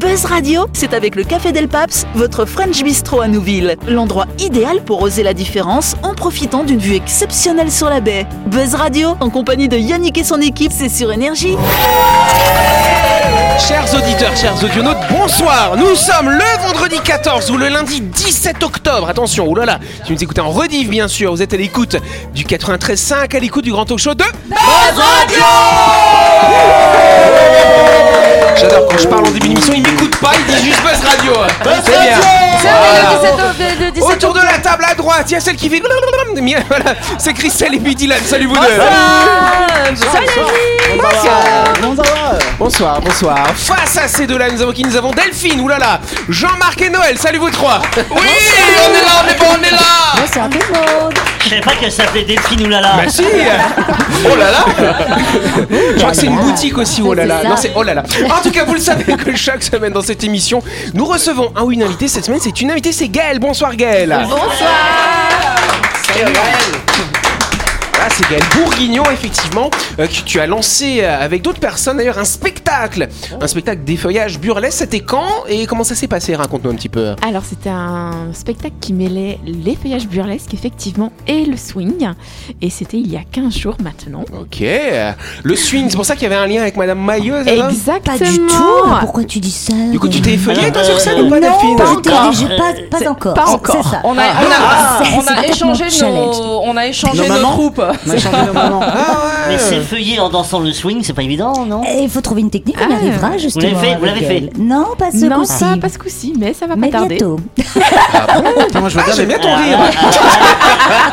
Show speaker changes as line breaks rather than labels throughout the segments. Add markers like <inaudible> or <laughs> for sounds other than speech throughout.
Buzz Radio, c'est avec le Café Del Paps, votre French Bistro à Nouville. L'endroit idéal pour oser la différence en profitant d'une vue exceptionnelle sur la baie. Buzz Radio, en compagnie de Yannick et son équipe, c'est sur Énergie.
Chers auditeurs, chers audionautes, bonsoir Nous sommes le vendredi 14 ou le lundi 17 octobre Attention, oulala, si vous nous écoutez en rediff bien sûr, vous êtes à l'écoute du 93.5, à l'écoute du grand talk show de... J'adore quand je parle en début d'émission, ils m'écoutent pas, ils disent juste Buzz Radio C'est bien
C'est vrai, le 17 au- le 17
Autour de la table à droite, il y a celle qui fait... Voilà, c'est Christelle et puis Dylan, salut vous deux
octobre. Salut
Bonsoir, bonsoir. Face à ces deux-là, nous avons qui Nous avons Delphine, oulala, Jean-Marc et Noël, salut vous trois Oui, on est là, on est bon, on est là
Bonsoir tout le monde
Je savais pas qu'elle s'appelait Delphine Oulala.
Bah <laughs> si Oh là là Je crois que c'est une boutique aussi, oh là là
C'est ça.
Non, c'est oh là là En tout cas, vous le savez que chaque semaine dans cette émission, nous recevons un ou une invitée. Cette semaine, c'est une invitée, c'est Gaëlle. Bonsoir Gaëlle Salut Ah, c'est Gaël Bourguignon, effectivement, euh, que tu as lancé euh, avec d'autres personnes, d'ailleurs, un spectacle. Un spectacle d'effeuillage burlesque. C'était quand et comment ça s'est passé Raconte-nous un petit peu.
Alors c'était un spectacle qui mêlait les feuillages burlesques effectivement et le swing et c'était il y a 15 jours maintenant.
Oh,
Ok. Le swing, c'est pour ça qu'il y avait un lien avec Madame hein Maillot, c'est ça
Exactement.
Pas du tout. Ah, Pourquoi tu dis ça
Du coup, tu t'es effeuillée, toi,
Euh,
sur scène ou Mhm. pas, Delphine Ah,
Pas encore.
encore.
Pas, pas
C'est-
encore.
pas
C'est-
encore.
c'est ça.
On a, on a,
Ah.
c'est-
on a
c'est
échangé
complètement
nos,
challenge.
on a échangé
Nos
nos,
mamans.
troupes.
On a changé nos moments.
Ah
Mais
ouais
s'effeuiller en dansant le swing, c'est pas évident, non
Et il faut trouver une technique, on y
Ah.
arrivera justement.
l'avez fait, vous
avec
l'avez fait.
elle. Non, pas ce
Non,
coup-ci.
pas, pas ce coup-ci, mais ça va
Mais
pas tarder.
bientôt.
Attends, moi je veux
Ah,
dire,
J'aime
mais-
bien ton rire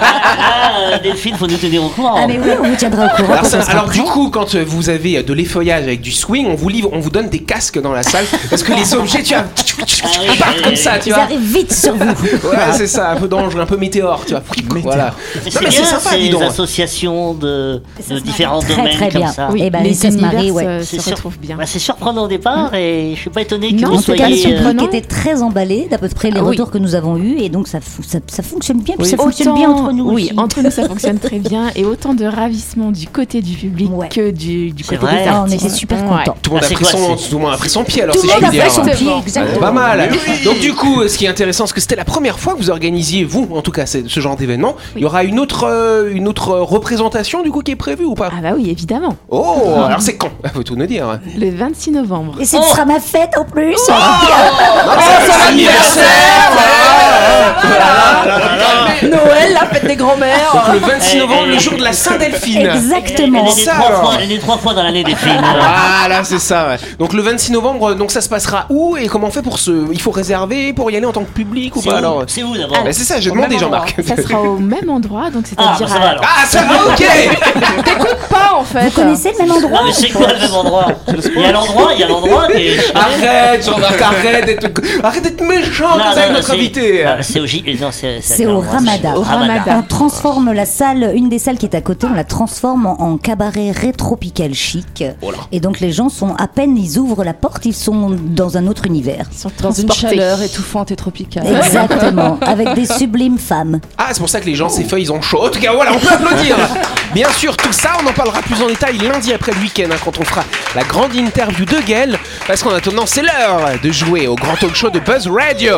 Ah, euh, Delphine, faut nous tenir au courant.
Ah, mais oui, on vous tiendra au courant.
Alors,
quand
ça-
on sera
alors, du
prêt.
coup, quand euh, vous avez euh, de l'effeuillage avec du swing, on vous livre, on vous donne des casques dans la salle parce que les objets, tu vois,
oui,
partent comme
oui,
ça, tu
Ils
vois.
arrivent vite sur vous.
Ouais, c'est ça, un peu dangereux, un peu météore, tu vois. Voilà.
Mais
Non,
c'est
mais
bien
c'est sympa, dis
ces
donc.
associations de,
Ça
de
se
différents
marie très,
domaines
très
comme
bien.
ça.
Oui. Eh ben,
les
les Sesame
univers
Marie, ouais.
se- se,
C'est sûr.
retrouvent bien.
Bah, c'est surprenant au départ et je suis pas étonné que
Non,
<laughs> vous
En tout cas, le
soyez.
public
euh,
surprenant.
était très emballé d'à peu près les
Ah oui.
retours que nous avons eus et donc ça, fou- ça, ça fonctionne bien, puis
Oui.
ça fonctionne
Autant-
bien entre nous.
Oui,
aussi. <laughs>
entre nous ça fonctionne très bien et autant de ravissement du côté du public
Ouais.
que du, du
C'est
côté
vrai.
des
Ah, on
artistes.
était super
Ouais.
contents.
Tout le monde
Ah,
a
c'est
pris
quoi,
son,
c'est-
tout le monde a pris son pied, alors
Tout
si
le
je
monde
puis
a
dire.
pris son
Ouais.
pied,
Pied,
Ah,
Oh.
exactement.
c'est pas mal. Donc du coup, euh, ce qui est intéressant, c'est que c'était la première fois que vous organisiez, vous, en tout cas, c'est- ce genre d'événement. Il y aura une autre, euh, une autre euh, représentation du coup qui est prévue ou pas
Ah bah oui, évidemment.
Oh,
Ah.
alors c'est quand Faut tout nous dire.
Oh,
Le 26 novembre.
Et ce
Oh
sera ma fête en plus. <laughs>
Bah, Noël, la fête des
Donc
grands-mères.
le 26 novembre, le jour de
Eh,
la Saint-Delphine.
Elle
Exactement.
est née
Ça,
trois
alors.
fois- elle est née trois fois dans l'année, Delphine.
Ah là, c'est ça. ouais. Donc le 26 novembre, euh, donc ça se passera où et comment on fait pour se Il faut réserver pour y aller en tant que public ou
C'est
pas alors
où, C'est où
Ah,
d'abord
Bah, C'est ça, j'ai
Au
demandé
même
Jean-Marc.
Ça sera au même endroit, donc
Ah, bah,
c'est-à-dire
ça va
à-
alors.
Ah ça va, ok.
Pas en fait.
Vous connaissez le même endroit
Ah, mais c'est quoi le
<laughs>
même endroit Il y a l'endroit, il y a l'endroit mais
Ah,
je-
Arrête,
<laughs>
Jean-Marc, arrête d'être, arrête d'être méchant
Non,
comme ça
non,
avec
non,
notre
c'est-
invité.
Ah, C'est au J- non, c'est-
C'est au Ramada.
Au Ramada.
On transforme la salle, une des salles qui est à côté, on la transforme en, en cabaret rétropical chic.
Oh là.
Et donc les gens sont à peine, ils ouvrent la porte, ils sont dans un autre univers.
Ils sont
Dans une
transportés.
chaleur étouffante et tropicale.
Exactement, avec des sublimes femmes.
Ah, c'est pour ça que les gens, ces feuilles, ils ont chaud. En tout cas, voilà, on peut
<laughs>
applaudir. Bien sûr, tout ça, on en parlera plus en détail lundi après le week-end, hein, quand on fera la grande interview de Gaël. Parce qu'en attendant, c'est l'heure de jouer au grand talk show de Buzz Radio.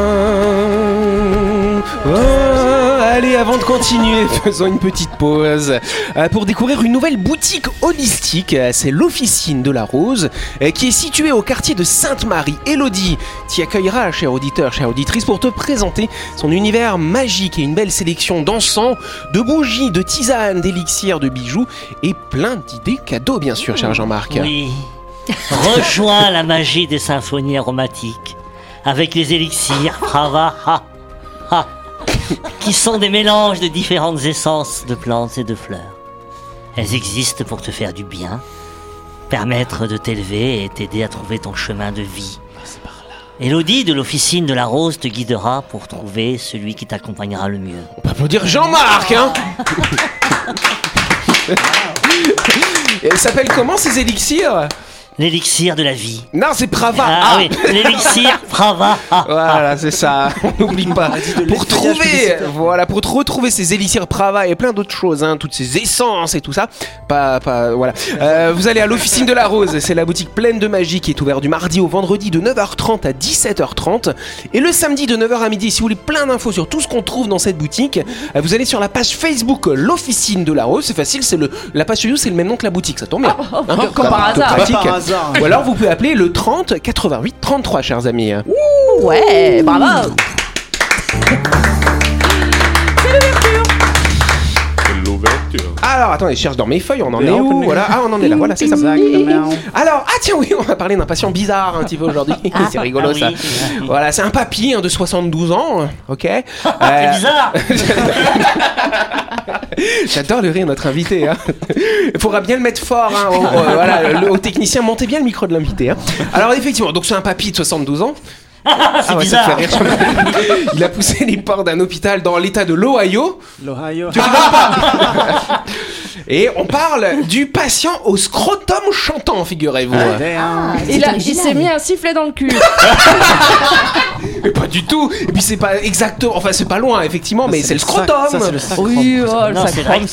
ah, allez, avant de continuer, <laughs> faisons une petite pause Euh, pour découvrir une nouvelle boutique holistique. euh, C'est l'Officine de la Rose euh, qui est située au quartier de Sainte-Marie. Elodie t'y accueillera, cher auditeur, chère auditrice, pour te présenter son univers magique et une belle sélection d'encens, de bougies, de tisanes, d'élixirs, de bijoux et plein d'idées cadeaux, bien sûr, cher Jean-Marc.
Oui. Rejoins la magie des symphonies aromatiques avec les élixirs Prava ha, ha, qui sont des mélanges de différentes essences de plantes et de fleurs. Elles existent pour te faire du bien, permettre de t'élever et t'aider à trouver ton chemin de vie. Elodie de l'officine de la rose te guidera pour trouver celui qui t'accompagnera le mieux.
On peut applaudir Bah, Jean-Marc, hein Elle s'appelle comment ces élixirs
l'élixir de la vie.
Non, c'est Prava.
Ah, oui, l'élixir Prava. ah, ah.
Voilà, c'est ça. On n'oublie pas. Pour
nettoyage
trouver,
publicitaire.
voilà, pour te retrouver ces élixirs Prava et plein d'autres choses, hein, toutes ces essences et tout ça. Pas, pas, voilà. Euh, vous allez à l'officine de la Rose. C'est la boutique pleine de magie qui est ouverte du mardi au vendredi de 9h30 à 17h30 et le samedi de 9h à midi. Si vous voulez plein d'infos sur tout ce qu'on trouve dans cette boutique, euh, vous allez sur la page Facebook euh, l'officine de la Rose. C'est facile, c'est le la page Facebook, c'est le même nom que la boutique. Ça tombe bien. Hein,
comme par
plutôt
hasard.
pratique.
Pas bah, par hasard.
Ou alors vous pouvez appeler le 30 88 33, chers amis.
Eh,
Ouais, bravo
Alors, attendez, je cherche dans mes feuilles, on en est où voilà. Ah, on en est là, voilà, c'est ça.
Exactement.
Alors, ah tiens, oui, on va parler d'un patient bizarre un petit peu aujourd'hui. c'est rigolo
<laughs> Ah oui.
ça. Voilà, c'est un papy hein, de 72 ans,
<laughs>
ok Euh,
C'est bizarre.
<laughs> J'adore le rire, notre invité. hein. Il faudra bien le mettre fort. hein, au, euh, voilà, le- au technicien, montez bien le micro de l'invité. hein. Alors, effectivement, donc c'est un papy de 72 ans.
Ah,
Ah
C'est
ouais, ça
bizarre.
te fait rire. <laughs> Il a poussé les portes d'un hôpital dans l'état de l'Ohio.
L'Ohio.
Et on parle du patient au scrotum chantant, figurez-vous.
Ah Damn.
Il, a- il
original.
s'est mis un sifflet dans le cul.
Mais pas du tout. Et puis c'est pas exactement. Enfin, c'est pas loin, effectivement, mais c'est le
sac-
scrotum.
ça, c'est le sac.
oui, oh, le
Non, c'est
sacrum,
rectum,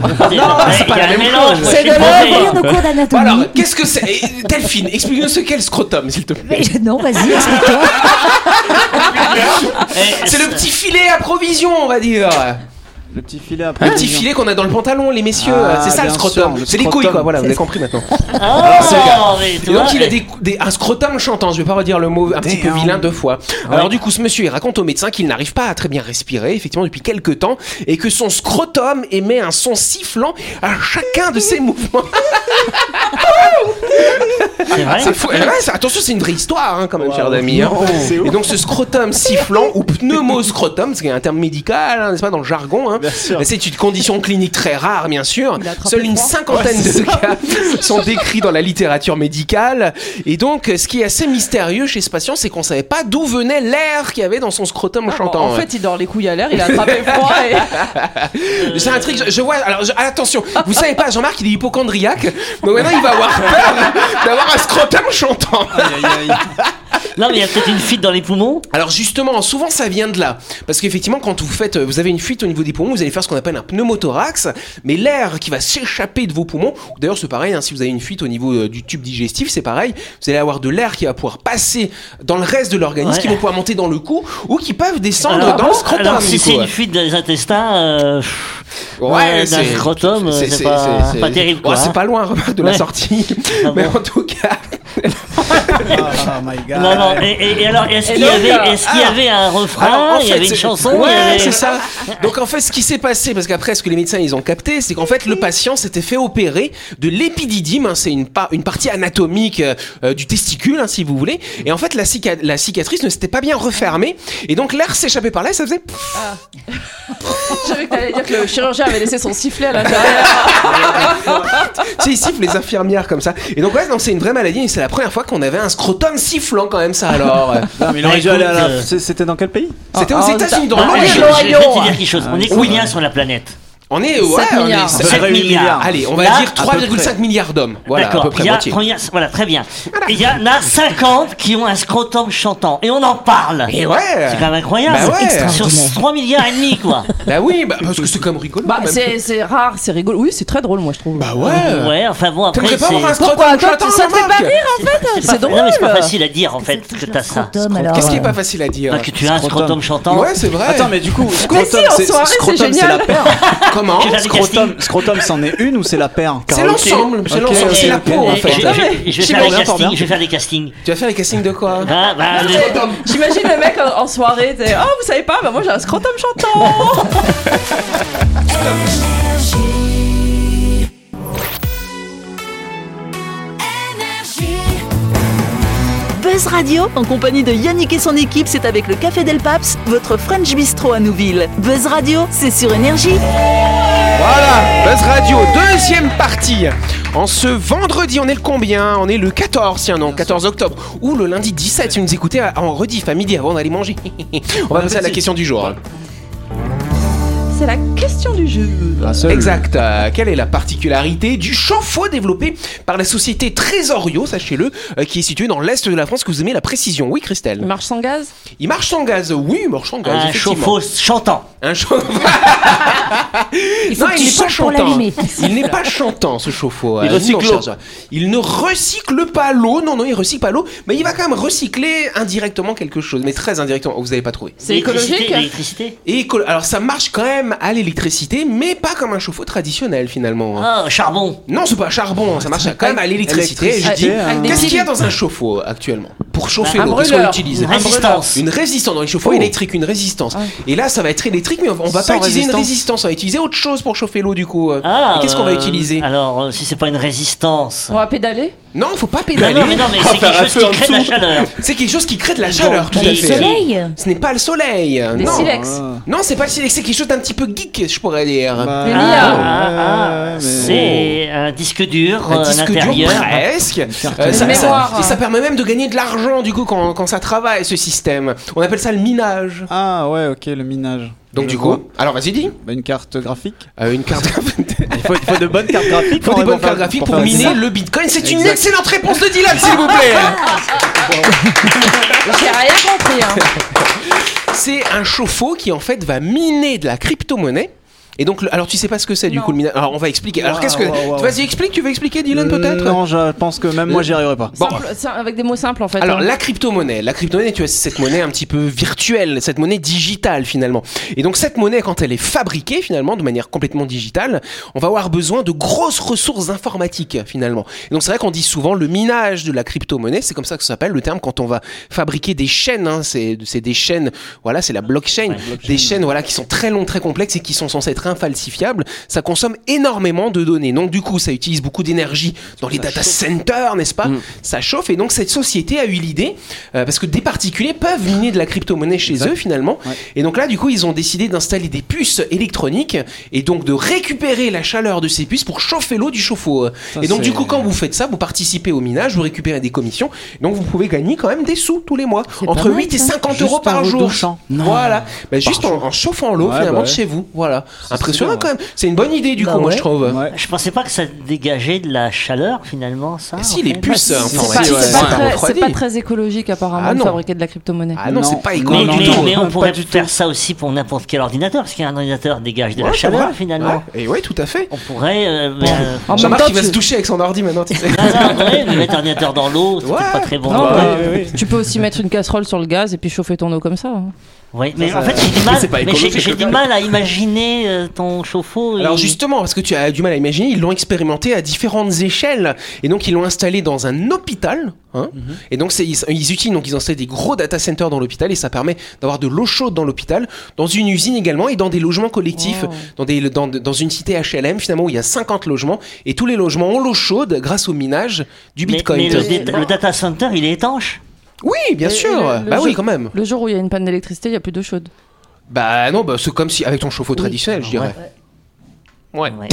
<laughs> non, écoutez,
Non,
ouais,
c'est pas
il y a
la
un
même
mélange,
chose.
moi,
C'est
je suis
de
mauvais.
Reviens au cours
Bon, alors,
d'anatomie.
qu'est-ce que c'est Eh, Delphine, explique-nous ce qu'est le scrotum, s'il te plaît.
<laughs> Mais- Non, vas-y, explique-toi.
<laughs> Eh,
C'est le petit filet à provision, on va dire.
Le petit filet après.
Le petit filet qu'on a dans le pantalon, les messieurs.
Ah,
c'est ça le
bien
scrotum.
sûr, le
C'est les
scrotum.
couilles, quoi. Voilà, vous
C'est
avez compris maintenant.
Oh, mais
Et
tu
donc
vois,
il a
eh,
des, des- un scrotum chantant, je vais pas redire le mot un petit peu
Damn.
vilain deux fois. Alors du coup ce monsieur il raconte au médecin qu'il n'arrive pas à très bien respirer effectivement depuis quelques temps et que son scrotum émet un son sifflant à chacun de ses <laughs> mouvements.
C'est vrai.
C'est fou. Eh ouais, c'est- attention c'est une vraie histoire hein, quand même chers amis. hein. Et donc ce scrotum sifflant ou pneumoscrotum, c'est un terme médical, hein, n'est-ce pas, dans le jargon. hein.
Bien sûr.
C'est une condition clinique très rare, bien sûr.
Il a attrapé
Seule une
froid.
cinquantaine de cas sont décrits dans la littérature médicale. Et donc, ce qui est assez mystérieux chez ce patient, c'est qu'on savait pas d'où venait l'air qu'il y avait dans son scrotum chantant.
Ah, bah,
hein.
en
ouais.
fait, il dort les couilles à l'air, il a attrapé le froid <laughs> et euh,
C'est un truc, je, je vois. Alors, je- attention, vous savez pas, Jean-Marc, il est hypochondriaque. Donc maintenant, il va avoir peur d'avoir un scrotum chantant.
Aïe, aïe, aïe.
Non, mais il y a peut-être une fuite dans les poumons.
Alors justement, souvent ça vient de là, parce qu'effectivement quand vous faites, vous avez une fuite au niveau des poumons, vous allez faire ce qu'on appelle un pneumothorax, mais l'air qui va s'échapper de vos poumons, d'ailleurs c'est pareil, hein, si vous avez une fuite au niveau euh, du tube digestif, c'est pareil, vous allez avoir de l'air qui va pouvoir passer dans le reste de l'organisme,
Ouais.
qui vont pouvoir monter dans le cou, ou qui peuvent descendre
Alors,
dans le scrotum.
alors, si
du
c'est
coup.
une fuite dans les intestins, euh, pff, ouais, d'un scrotum, c'est pas- pas terrible,
Ouais,
quoi, hein.
c'est pas loin, remarque, de la
Ouais.
sortie.
Ah
<laughs> mais
bon.
en tout cas,
Oh my god.
non, non. Et, et- et alors, est-ce
Et
qu'il y,
donc,
avait-
alors,
est-ce qu'il y
ah.
avait un refrain
Alors, en
Il y
fait,
avait une
c'est-
chanson il y
Ouais,
avait-
c'est ça. Donc en fait, ce qui s'est passé, parce qu'après, ce que les médecins ils ont capté, c'est qu'en fait, le patient s'était fait opérer de l'épididyme. hein, c'est une, pa- une partie anatomique euh, euh, du testicule, hein, si vous voulez. Et en fait, la, cica- la cicatrice ne s'était pas bien refermée. Et donc l'air s'échappait par là, et ça faisait. <laughs>
je savais que t'allais dire que le chirurgien avait laissé son <laughs> sifflet à l'intérieur.
C'est ici les infirmières comme ça. Et donc ouais, non, c'est une vraie maladie. Et c'est la première fois qu'on avait un scrotum sifflant quand même ça.
<laughs>
Alors, euh,
Non, mais il aurait dû
Écoute,
aller à
euh,
la. C'est- C'était dans quel pays
c'était
Ah,
aux
ah,
États-Unis, dans
Ah, je- je-
l'Ohio.
je vais te dire quelque chose. On
Oui.
est combien sur la planète
On est ouais, on est
milliards.
7
vrai, huit
milliards.
milliards.
Allez, on va
Là,
dire
à peu près.
3,5 milliards d'hommes. Voilà, à peu
D'accord.
près
Il y a-
moitié.
il y a- voilà, très bien. Et Il y en a 50 qui ont un scrotum chantant et on en parle.
Et ouais.
C'est quand même incroyable.
Bah ouais.
Sur 3 milliards et demi,
<laughs>
quoi.
Bah oui, bah, parce que c'est comme rigolo.
Bah,
même.
c'est c'est rare, c'est rigolo. Oui, c'est très drôle, moi, je trouve.
Bah ouais.
Ouais, enfin bon, après,
T'aimerais pas avoir un
c'est.
scrotum
Pourquoi Toi,
chantant,
tu- ça te fait
Jean-Marc
pas
c'est pas-
c'est
Non, mais c'est pas
drôle.
facile à dire en fait que t'as ça.
Scrotum, alors. euh,
Qu'est-ce qui est pas facile à dire
Pas que tu as un
Scrotum.
scrotum chantant.
Ouais, c'est vrai.
Attends, mais du coup,
Mais
scrotum,
si, en
c'est-
soirée, c'est
scrotum, c'est
génial.
la paire.
comment
Tu l'as dit casting.
Scrotum, scrotum, c'en est une ou c'est la paire
C'est
Karaoké.
l'ensemble, c'est
Ok,
l'ensemble,
ok,
c'est hein. la
ok.
peau en
Et- et-
fait.
Euh, je- je- Je vais faire
bien,
des
bien,
castings.
bien.
Je vais faire des castings.
Tu vas faire les castings de quoi
Ah, bah, le-
J'imagine le mec en, en soirée, t'es Oh, vous savez pas, bah moi j'ai un scrotum chantant
Buzz Radio, en compagnie de Yannick et son équipe, c'est avec le Café Del Paps, votre French Bistro à Nouville. Buzz Radio, c'est sur Énergie.
Voilà, Buzz Radio, deuxième partie. En ce vendredi, on est le combien On est le 14, tiens non, 14 octobre. Ou le lundi 17, si vous nous écoutez <laughs> en rediff à midi avant d'aller manger. On va passer à la question du jour.
c'est la question du jeu.
Exact. Euh, quelle est la particularité du champ-faux développé par la société Trésorio, sachez-le, euh, qui est située dans l'est de la France, que vous aimez la précision Oui,
Il
Christelle.
marche sans gaz
Il marche sans gaz. Oui, il marche sans gaz.
Un
effectivement.
chauffe-eau chantant.
Un chauffe-
<laughs>
Il faut
non,
que
il
tu
n'est pas
chantes pour
chantant.
l'allumer.
Il n'est pas chantant, ce chauffe-eau.
Il
non,
recycle
cher
l'eau.
Jean. Il ne recycle pas l'eau. Non, non, il recycle pas l'eau. Mais il va quand même recycler indirectement quelque chose. Mais très indirectement. Vous n'avez pas trouvé.
C'est
L'électricité,
écologique
L'électricité.
Et éco- alors, ça marche quand même à l'électricité, mais pas comme un chauffe-eau traditionnel, finalement.
Ah, charbon.
Non, c'est pas charbon, ça marche quand même à l'électricité. Je dis,
Électricité, hein.
qu'est-ce qu'il y a dans un chauffe-eau actuellement Pour chauffer
Un
l'eau, qu'est-ce qu'on
brûleur.
utilise
Une résistance.
Une résistance dans les chauffe-eau
Oh.
électriques, une résistance. Et là, ça va être électrique, mais on va on va
Sans
pas utiliser une
résistance.
résistance, on va utiliser autre chose pour chauffer l'eau du coup.
Ah,
Et Qu'est-ce qu'on va
euh,
utiliser
Alors, euh, si c'est pas une résistance.
On va pédaler
Non, faut pas
Non, Eh ben non, mais
pédaler.
non, mais
Ah,
c'est
faire
quelque
un
chose
feu
qui
en
crée de la
dessous.
chaleur.
C'est quelque chose qui crée de la chaleur, tout
Bon,
à
Le
des
fait.
soleil
Ce n'est pas le soleil.
Des
Non,
silex
Ah.
non, c'est pas le silex, c'est quelque chose d'un petit peu geek, je pourrais dire.
Bah,
Mais
ouais,
Mia.
Ah,
ouais, mais-
C'est un disque dur
un
euh, à
disque dur
l'intérieur.
presque.
carte
Euh, ça-
mémoire.
ça- et ça permet même de gagner de l'argent du coup quand, quand ça travaille ce système. On appelle ça le minage.
Ah ouais, ok, le minage.
Donc
Je
du
vois.
coup, alors vas-y dis.
Bah, une carte graphique.
Euh, une <laughs> carte
Il faut, il faut de bonnes cartes graphiques.
faut
quand
des
même
bonnes cartes
faire-
graphiques pour,
faire
miner
ça.
le bitcoin. C'est une
Exact.
excellente réponse de Dylan s'il vous plaît. <laughs>
J'ai rien compris. Hein.
C'est un chauffe-eau qui en fait va miner de la crypto-monnaie. Et donc, le- alors tu sais pas ce que c'est du
Non.
coup le minage. Alors on va expliquer. Alors
Waouh,
qu'est-ce que.
waouh, waouh.
Vas-y explique, tu veux expliquer Dylan peut-être
Non, je pense que même moi j'y arriverai pas.
<laughs> Bon.
Simple- c'est avec des mots simples en fait.
Alors
hein.
la crypto-monnaie, la crypto-monnaie, tu vois, c'est cette monnaie un petit peu virtuelle, cette monnaie digitale finalement. Et donc cette monnaie, quand elle est fabriquée finalement de manière complètement digitale, on va avoir besoin de grosses ressources informatiques finalement. Et donc c'est vrai qu'on dit souvent le minage de la crypto-monnaie, c'est comme ça que ça s'appelle le terme quand on va fabriquer des chaînes, hein, c'est c'est des chaînes, voilà, c'est la blockchain, des chaînes voilà qui sont très longues, très complexes et qui sont censées être infalsifiables. Ça consomme énormément de données. Donc du coup, ça utilise beaucoup d'énergie dans les data centers, n'est-ce
Mm.
pas ça chauffe. Et donc cette société a eu l'idée, euh, parce que des particuliers peuvent miner de la crypto-monnaie chez eux finalement.
Ouais.
Et donc là, du coup, ils ont décidé d'installer des puces électroniques et donc de récupérer la chaleur de ces puces pour chauffer l'eau du chauffe-eau.
Ça,
Et donc du
c'est-
coup, quand vous faites ça, vous participez au minage, vous récupérez des commissions. Donc vous pouvez gagner quand même des sous tous les mois,
C'est
entre
pas mal,
8 et
ça.
50
Juste
euros
en
par jour.
redouchant. Non.
Voilà, Bah, juste en, en chauffant l'eau
Ouais,
finalement
bah
de
ouais.
chez vous. Voilà,
C'est
impressionnant
stylé,
quand même. C'est une bonne idée du
Bah
coup, moi
ouais.
je trouve.
Ouais.
Je pensais pas que ça dégageait de la chaleur finalement, ça.
Si,
en
les
fait.
puces, hein,
Ah,
enfin,
C'est
ouais,
pas,
si,
c'est
ouais,
pas
ça
très-
refroidit.
c'est pas très écologique apparemment
Ah
de
non.
fabriquer de la crypto-monnaie.
Ah non,
Non.
c'est pas
Non,
Mais,
écolo
non,
du
mais-
tout.
mais
Pas
on pourrait
du
faire ça aussi pour n'importe quel ordinateur, parce qu'un ordinateur dégage de la
Ouais, c'est
chaleur
vrai.
finalement.
Ouais. Ah, Et ouais, tout à fait.
On pourrait euh, mais, euh,
En même
Jean-Marc
temps,
il va
tu-
se doucher avec son ordi maintenant, tu sais.
non, non, ouais, mais mettre l'ordinateur dans l'eau, c'est
Ouais.
peut-être pas très bon.
Non,
Ah,
bah,
oui, oui.
Tu peux aussi mettre une casserole sur le gaz et puis chauffer ton eau comme ça. hein.
Ouais, mais en fait, j'ai du
c'est
mal,
pas
mais
écologique,
j'ai- j'ai
le
du
gars.
mal à imaginer euh, ton chauffe-eau. et-
Alors justement, parce que tu as du mal à imaginer, ils l'ont expérimenté à différentes échelles. Et donc ils l'ont installé dans un hôpital. hein. Et donc c'est- ils, ils utilisent, donc ils ont installé des gros data centers dans l'hôpital et ça permet d'avoir de l'eau chaude dans l'hôpital, dans une usine également et dans des logements collectifs,
Wow.
dans, des, dans, dans une cité HLM finalement où il y a 50 logements et tous les logements ont l'eau chaude grâce au minage du
mais,
Bitcoin.
mais le, dé- le data center, il est étanche.
Oui, bien
Et- et
sûr.
le- le
bah oui,
jeu-
quand même.
Le jour où il y a une panne d'électricité, il n'y a plus
<laughs>
d'eau chaude.
Bah non, bah, c'est comme si avec ton chauffe-eau traditionnel, je dirais. Ouais.
Ouais.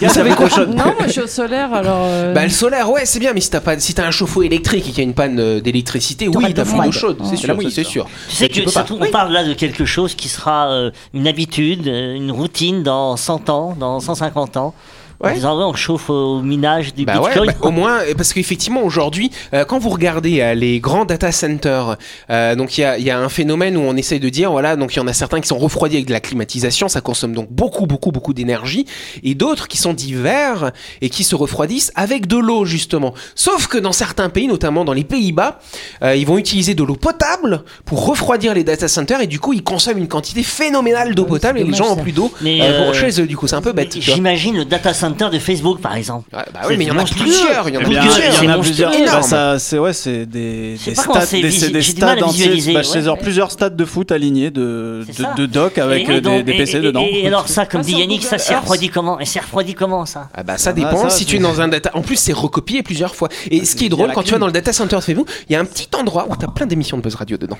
Vous savez quoi
Non, moi je suis au solaire alors. euh,
Bah le solaire, ouais, c'est bien, mais si t'as pas, si t'as un chauffe-eau électrique et qu'il y a une panne euh, d'électricité,
T'auras
oui,
le
t'as plus
froid.
d'eau chaude, c'est sûr,
là, oui,
ça, c'est
ça.
sûr.
Tu sais
Tu
que
peux
ça
pas.
tourne- on parle là de quelque chose qui sera euh, une habitude, euh, une routine dans 100 ans, dans 150 ans. En
Ouais.
disant, ouais, on chauffe au minage du
Bah ouais,
Bitcoin.
bah, au moins, euh, parce qu'effectivement aujourd'hui, euh, quand vous regardez euh, les grands data centers, euh, donc il y a, il y a un phénomène où on essaye de dire, voilà, donc il y en a certains qui sont refroidis avec de la climatisation, ça consomme donc beaucoup, beaucoup, beaucoup d'énergie, et d'autres qui sont divers et qui se refroidissent avec de l'eau justement. Sauf que dans certains pays, notamment dans les Pays-Bas, euh, ils vont utiliser de l'eau potable pour refroidir les data centers et du coup ils consomment une quantité phénoménale d'eau potable et les
dommage,
gens ont
ça.
plus d'eau
Mais,
euh, pour
euh,
chez eux. Du coup, c'est un peu bête. tu vois.
J'imagine le data center de Facebook, par exemple.
Ouais, bah
C'est
oui, mais il y en a
monstrueux.
plusieurs, il y en a
Eh bien,
plusieurs.
il y en a
plusieurs.
Bah, ça, c'est ouais, c'est des,
sais
des
pas comment
stades,
c'est
des,
visi-
c'est des
j'ai du mal
stades
à
entiers.
visualiser,
Bah, c'est
ouais.
genre plusieurs stades de foot alignés de,
C'est
de,
ça.
de doc avec
Et- et
euh, des,
donc-
des
et-
PC
et-
dedans.
Et, et alors ça, comme
Ah,
dit
sur
Yannick, ça
Google
s'est
Earth.
refroidi comment Et c'est refroidi comment ça
Ah bah ça
Ah bah,
dépend
ça,
si
c'est-
tu es dans un data. En plus, c'est recopié plusieurs fois. Et ce qui est
Il y a
drôle,
la
quand tu vas
clim.
dans le data center de Facebook, il y a un petit endroit où t'as plein d'émissions de Buzz
<laughs>
Radio dedans.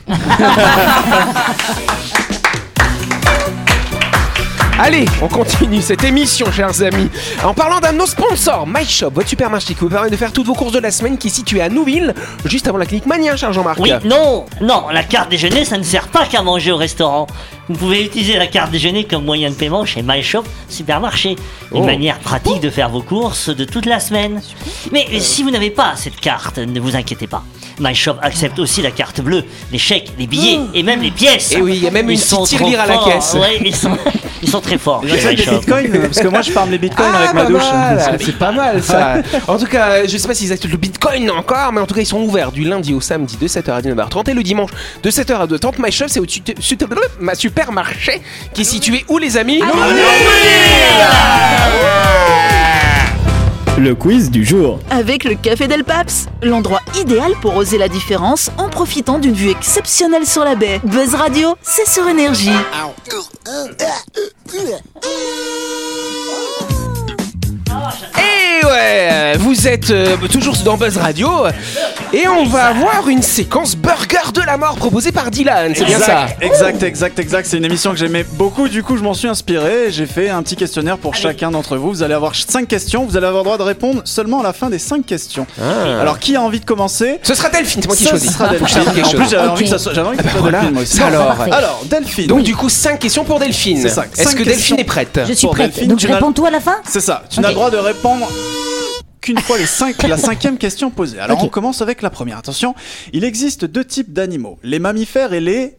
Allez, on continue cette émission, chers amis. En parlant d'un de nos sponsors, MyShop, votre supermarché qui vous permet de faire toutes vos courses de la semaine, qui est situé à Nouville, juste avant la clinique Mania, cher Jean-Marc.
Oui, non, non, la carte déjeuner, ça ne sert pas qu'à manger au restaurant. Vous pouvez utiliser la carte déjeuner comme moyen de paiement chez MyShop Supermarché. Une
Oh.
manière pratique de faire vos courses de toute la semaine. Mais si vous n'avez pas cette carte, ne vous inquiétez pas. MyShop accepte aussi la carte bleue, les chèques, les billets et même les pièces.
Et Eh oui, il y a même une
sont
petite
trop
tirelire à la
forts.
caisse.
Ouais, ils, sont, ils sont
<laughs>
très forts. chez
J'accepte des
MyShop.
bitcoins euh, parce que moi je farme les bitcoins
Ah,
avec ma
pas
douche.
mal. <laughs> C'est pas mal ça. <laughs> en tout cas, je sais pas s'ils acceptent le bitcoin encore, mais en tout cas, ils sont ouverts du lundi au samedi de 7h à 19h30 et le dimanche de 7h à 2h30. My Shop, c'est au tut- tut- tut- euh, ma supermarché qui est situé où, les amis
Le quiz du jour.
Avec le Café Del Paps, l'endroit idéal pour oser la différence en profitant d'une vue exceptionnelle sur la baie. Buzz Radio, c'est sur énergie.
Et ouais, euh, vous êtes euh, toujours dans Buzz Radio et on va avoir une séquence Burger de la mort proposée par Dylan, c'est bien ça
Exact, exact, exact, exact. C'est une émission que j'aimais beaucoup. Du coup, je m'en suis inspiré. et J'ai fait un petit questionnaire pour chacun d'entre vous. Vous allez avoir 5 questions. Vous allez avoir le droit de répondre seulement à la fin des 5 questions. Alors, qui a envie de commencer
Ce sera Delphine, Ah. c'est moi qui
Ça,
choisis.
ce sera
Faut que je fasse
Delphine.
quelque
En plus,
chose.
j'avais envie
Ok.
que ça soit, j'avais envie que ça soit
Ah bah voilà.
Delphine, moi aussi.
Alors,
parfait.
alors, Delphine.
Donc du coup, 5 questions pour Delphine.
C'est ça,
Est-ce
cinq
que
questions.
Delphine est prête
Je suis
Pour
prête.
Delphine,
Donc
tu l'as-
réponds-toi à la fin
C'est ça. Tu n'as
Ok.
le droit de répondre qu'une fois les
<laughs>
cinq, la cinquième question posée. Alors
Ok.
on commence avec la première. Attention, il existe deux types d'animaux, les mammifères et les...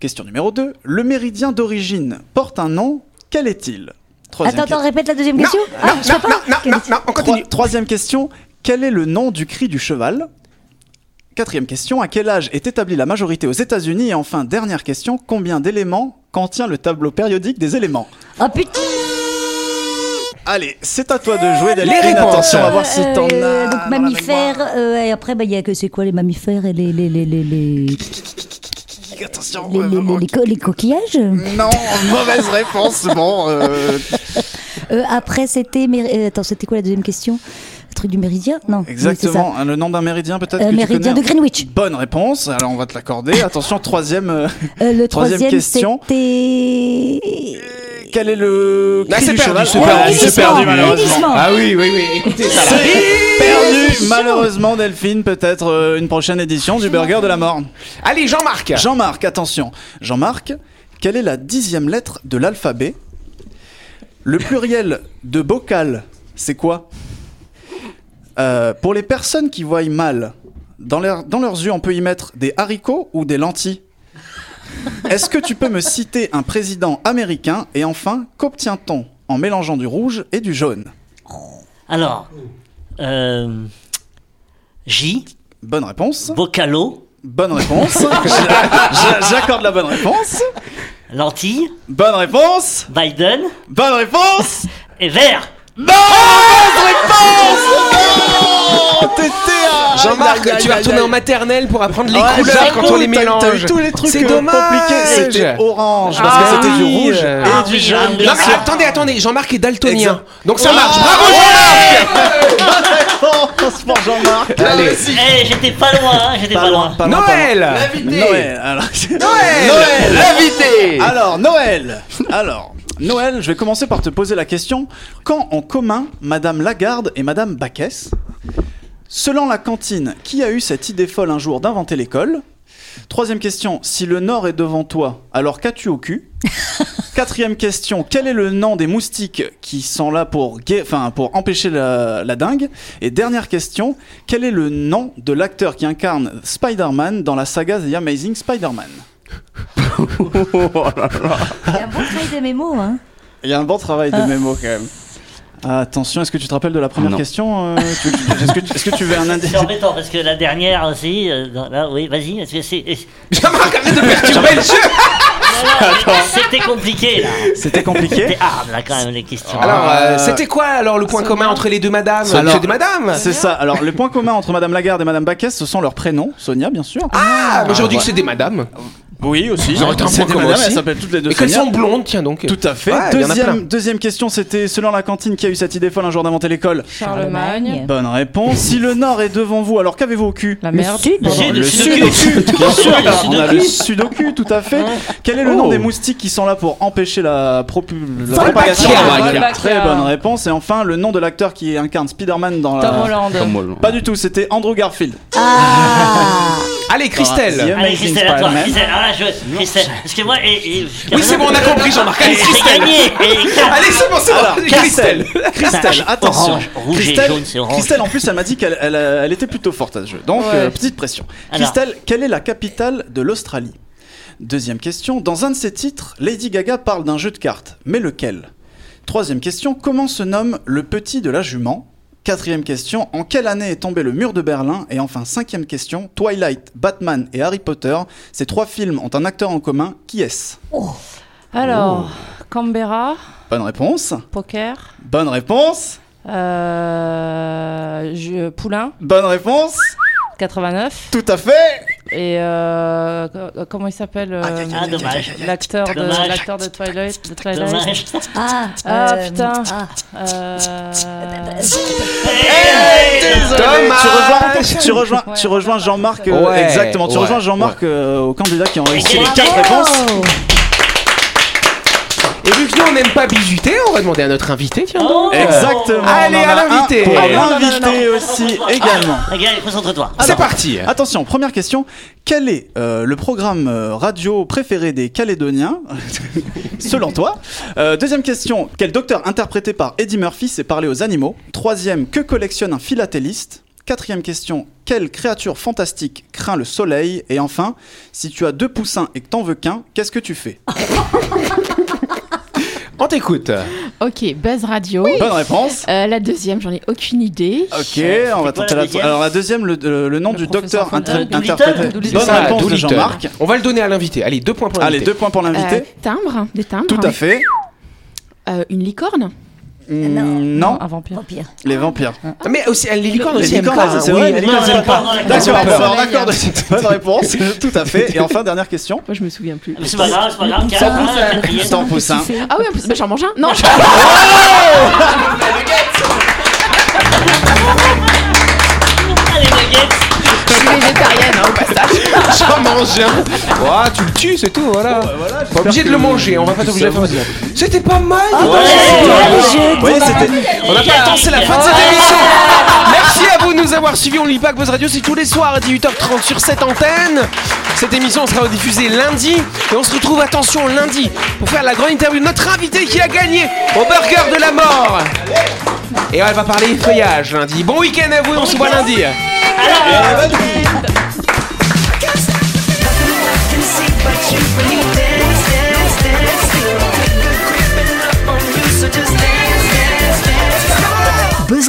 Question numéro 2. Le méridien d'origine porte un nom, quel est-il Troisième
Attends, attends,
question.
répète la deuxième
Non,
question. Ah,
non,
je
non,
peux pas
non, non, non, non, on
Troi-
continue.
troisième question, quel est le nom du cri du cheval Quatrième question, à quel âge est établie la majorité aux États-Unis Et enfin, dernière question, combien d'éléments contient le tableau périodique des éléments
Oh putain
Allez, c'est à toi de jouer, Delphine.
réponses.
Attention, on va voir si
Euh,
t'en as.
Donc
dans la mémoire.
mammifères, euh, et après, bah, il y a que c'est quoi les mammifères et les. les, les, les, les...
<laughs> Attention, Mm.
Les, les- les- les co- les coquillages
Non, mauvaise réponse. Bon, euh,
Euh, Après, c'était. méri- euh, Attends, c'était quoi la deuxième question Le truc du méridien Non. oui, c'est ça.
exactement. Le nom d'un méridien, peut-être
Euh,
que tu
méridien
connais.
de Greenwich.
Bonne réponse. Alors, on va te l'accorder. Attention, troisième. euh,
Euh, le
Troisième
troisième,
question.
c'était. Euh,
Quel est le
Ah,
cri
c'est
du
perdu,
cheval
c'est
Bah, Ouais,
perdu,
c'est
c'est
perdu,
perdu,
malheureusement.
Glissement.
Ah oui, oui, oui, écoutez ça. là.
C'est perdu, malheureusement, Delphine. Peut-être euh, une prochaine édition du Burger de la Mort.
Allez, Jean-Marc.
Jean-Marc, attention. Jean-Marc, quelle est la dixième lettre de l'alphabet Le pluriel de bocal, c'est quoi Euh, Pour les personnes qui voient mal, dans, leur- dans leurs yeux, on peut y mettre des haricots ou des lentilles. Est-ce que tu peux me citer un président américain Et enfin, qu'obtient-on en mélangeant du rouge et du jaune
Alors, euh, J,
Bonne réponse.
Bocalo,
Bonne <laughs> réponse. J'a- j'a- J'accorde la bonne réponse.
Lentille,
Bonne réponse.
Biden
Bonne réponse.
et Vert.
Jean-Marc, tu vas retourner en maternelle pour apprendre les
Ouais,
couleurs
j'avoue,
quand on les
t'as- t'as
mélange.
eu tous les trucs
C'est
euh,
dommage.
compliqués. C'était orange parce
Ah
que c'était du
oui,
rouge
euh.
et
Ah
du
oui,
jaune.
ah oui.
Non
Bien
mais
sûr.
attendez, attendez, Jean-Marc est daltonien.
Exact. Ah.
Donc ça marche. Bravo Jean-Marc
Réponse pour Jean-Marc.
Allez,
Eh, j'étais pas loin, hein, j'étais pas, loin.
pas loin, pas loin.
Noël
Noël. Alors,
Noël L'invité
alors Noël. Alors Noël, je vais commencer par te poser la question quand en commun Madame Lagarde et Madame Baquès Selon la cantine, qui a eu cette idée folle un jour d'inventer l'école Troisième question, si le nord est devant toi, alors qu'as-tu au cul Quatrième question, quel est le nom des moustiques qui sont là pour, gué- enfin, pour empêcher la, la dingue Et dernière question, quel est le nom de l'acteur qui incarne Spider-Man dans la saga The Amazing Spider-Man
Il y a un bon travail de mémo, hein.
Il y a un bon travail de mémo quand même. Ah, Attention, est-ce que tu te rappelles de la première
Non.
question euh, tu- Est-ce que, est-ce que tu veux un indice
C'est embêtant parce que la dernière aussi, euh, dans- là, oui, vas-y, est-ce que c'est- est-ce-
Jean-Marc, arrête de perturber le jeu
c'était compliqué là.
<laughs> C'était compliqué
C'était hard là quand même les questions.
Ah.
Alors, euh, c'était quoi alors le point commun entre les deux madames
Alors-
Monsieur des madames
C'est ça. Alors, le point commun entre Madame Lagarde et Madame Baquès, ce sont leurs prénoms. Sonia, bien sûr. Ah,
Ah, moi j'aurais dit que c'est des madames.
Oui, aussi.
J'aurais été un
C'était
point commun
madame,
aussi.
elle s'appelle toutes les deux
Et qu'elles
Sonia.
sont blondes, tiens donc.
Tout à fait.
Ouais, il y en a plein.
deuxième, deuxième question, c'était selon la cantine qui a eu cette idée folle un jour d'inventer l'école.
Charlemagne.
Bonne réponse. Si le nord est devant vous, alors qu'avez-vous au cul
La
Le
merde.
sud
J'ai
le
le
sudoku.
sudoku. Bien sûr, le
On a
sudoku. Oh.
le sudoku, tout à fait. Quel est le nom des moustiques qui sont là pour empêcher la, propu- la propagation
Volbachia.
de la Très
Volbachia.
bonne réponse. Et enfin, le nom de l'acteur qui incarne Spider-Man dans
Tom
Ah.
la.
Holland.
Pas du tout, c'était Andrew Garfield.
Ah
Allez,
Dans
Christelle.
la-
Allez, Christelle, à toi.
Amazing
Christelle, ah là, je. Christelle, parce que moi. Et, et-
Oui, c'est bon, on a compris, Jean-Marc. Allez,
Et- J'ai
Christelle.
gagné. Et-
Allez, c'est bon, c'est
Alors,
bon. Christelle.
Christelle,
Orange,
attention.
rouge et
Christelle,
jaune, c'est orange.
Christelle, en plus, elle m'a dit qu'elle elle, elle était plutôt forte à ce jeu. Donc,
Ouais.
euh, petite pression.
Alors.
Christelle, quelle est la capitale de l'Australie Deuxième question. Dans un de ses titres, Lady Gaga parle d'un jeu de cartes. Mais lequel Troisième question. Comment se nomme le petit de la jument Quatrième question. En quelle année est tombé le mur de Berlin Et enfin, cinquième question. Twilight, Batman et Harry Potter, ces trois films ont un acteur en commun. Qui est-ce
Alors,
Oh.
Canberra,
Bonne réponse.
poker,
Bonne réponse.
euh, je- Poulain,
Bonne réponse.
89,
Tout à fait.
et euh, co- comment il s'appelle euh,
Aïe, aïe, aïe,
Ah, dommage.
L'acteur de,
Dommage.
l'acteur de Twilight. de Twilight.
Dommage.
Ah,
Ah,
euh,
putain.
ah.
<laughs>
Euh,
Tu rejoins,
Dommage.
tu rejoins, tu rejoins Jean-Marc. euh,
Ouais,
exactement. Tu
ouais,
rejoins Jean-Marc euh, aux candidats qui ont réussi
Et
les
bravo.
quatre réponses.
Oh.
Et vu que nous, on n'aime pas bijuter, on va demander à notre invité, tiens donc.
Ah. Exactement.
Allez,
on en
à
a un
l'invité.
pour
Ah,
non, non, non,
l'invité
non.
aussi également.
Regarde, concentre-toi.
C'est parti.
Attention, première question. Quel est euh, le programme euh, radio préféré des Calédoniens, <laughs> selon toi Euh, Deuxième question. Quel docteur interprété par Eddie Murphy sait parler aux animaux Troisième. Que collectionne un philatéliste Quatrième question. Quelle créature fantastique craint le soleil Et enfin, si tu as deux poussins et que t'en veux qu'un, qu'est-ce que tu fais
On t'écoute.
Ok, Buzz Radio.
Bonne réponse.
Euh, la deuxième, j'en ai aucune idée.
Ok,
C'était
on va
quoi
tenter
la
la.
deuxième
Alors la deuxième, le, le- le nom
Le
du
professeur
docteur inter-
Doolittle.
interprété.
Doolittle.
Bonne
Ça,
réponse de
Doolittle.
Jean-Marc.
On va le donner à l'invité. Allez, deux points pour l'invité.
Allez, deux points pour
Euh,
l'invité.
timbre, des timbres.
Tout à fait.
Euh, une licorne.
Mm,
Non.
Non,
Un vampire.
Vampire.
les vampires.
Mais aussi, les licornes
Les
aussi aiment
licornes,
pas. hein.
c'est
oui,
vrai,
les
les
licornes
licornes
aiment
aiment
pas. <laughs>
pas.
D'accord,
D'accord.
alors, d'accord, bonne réponse, <laughs> tout à fait. Et enfin, dernière question.
Moi, je me souviens plus.
C'est pas grave, c'est pas grave. Tiens,
pousse,
ah, la quatrième.
Sans poussin.
Ah oui, en plus, bah, j'en mange un. Non, je-
Ah, les baguettes.
je suis végétarienne. hein, au passage.
J'en mange un. Ouah, tu le tues, c'est tout, voilà. Pas obligé de le manger, on va Ah, pas t'obliger à faire ça. C'était pas mal.
Ah, Vous voyez, c'était.
On n'a pas attends, c'est la fin de cette émission. Merci à vous de nous avoir suivis. On lit pas que Buzz Radio, c'est tous les soirs à 18h30 sur cette antenne. Cette émission sera diffusée lundi. Et on se retrouve, attention, lundi pour faire la grande interview de notre invité qui a gagné au Burger de la Mort. Et elle va parler effeuillage lundi. Bon week-end à vous et on se voit lundi.
Buzz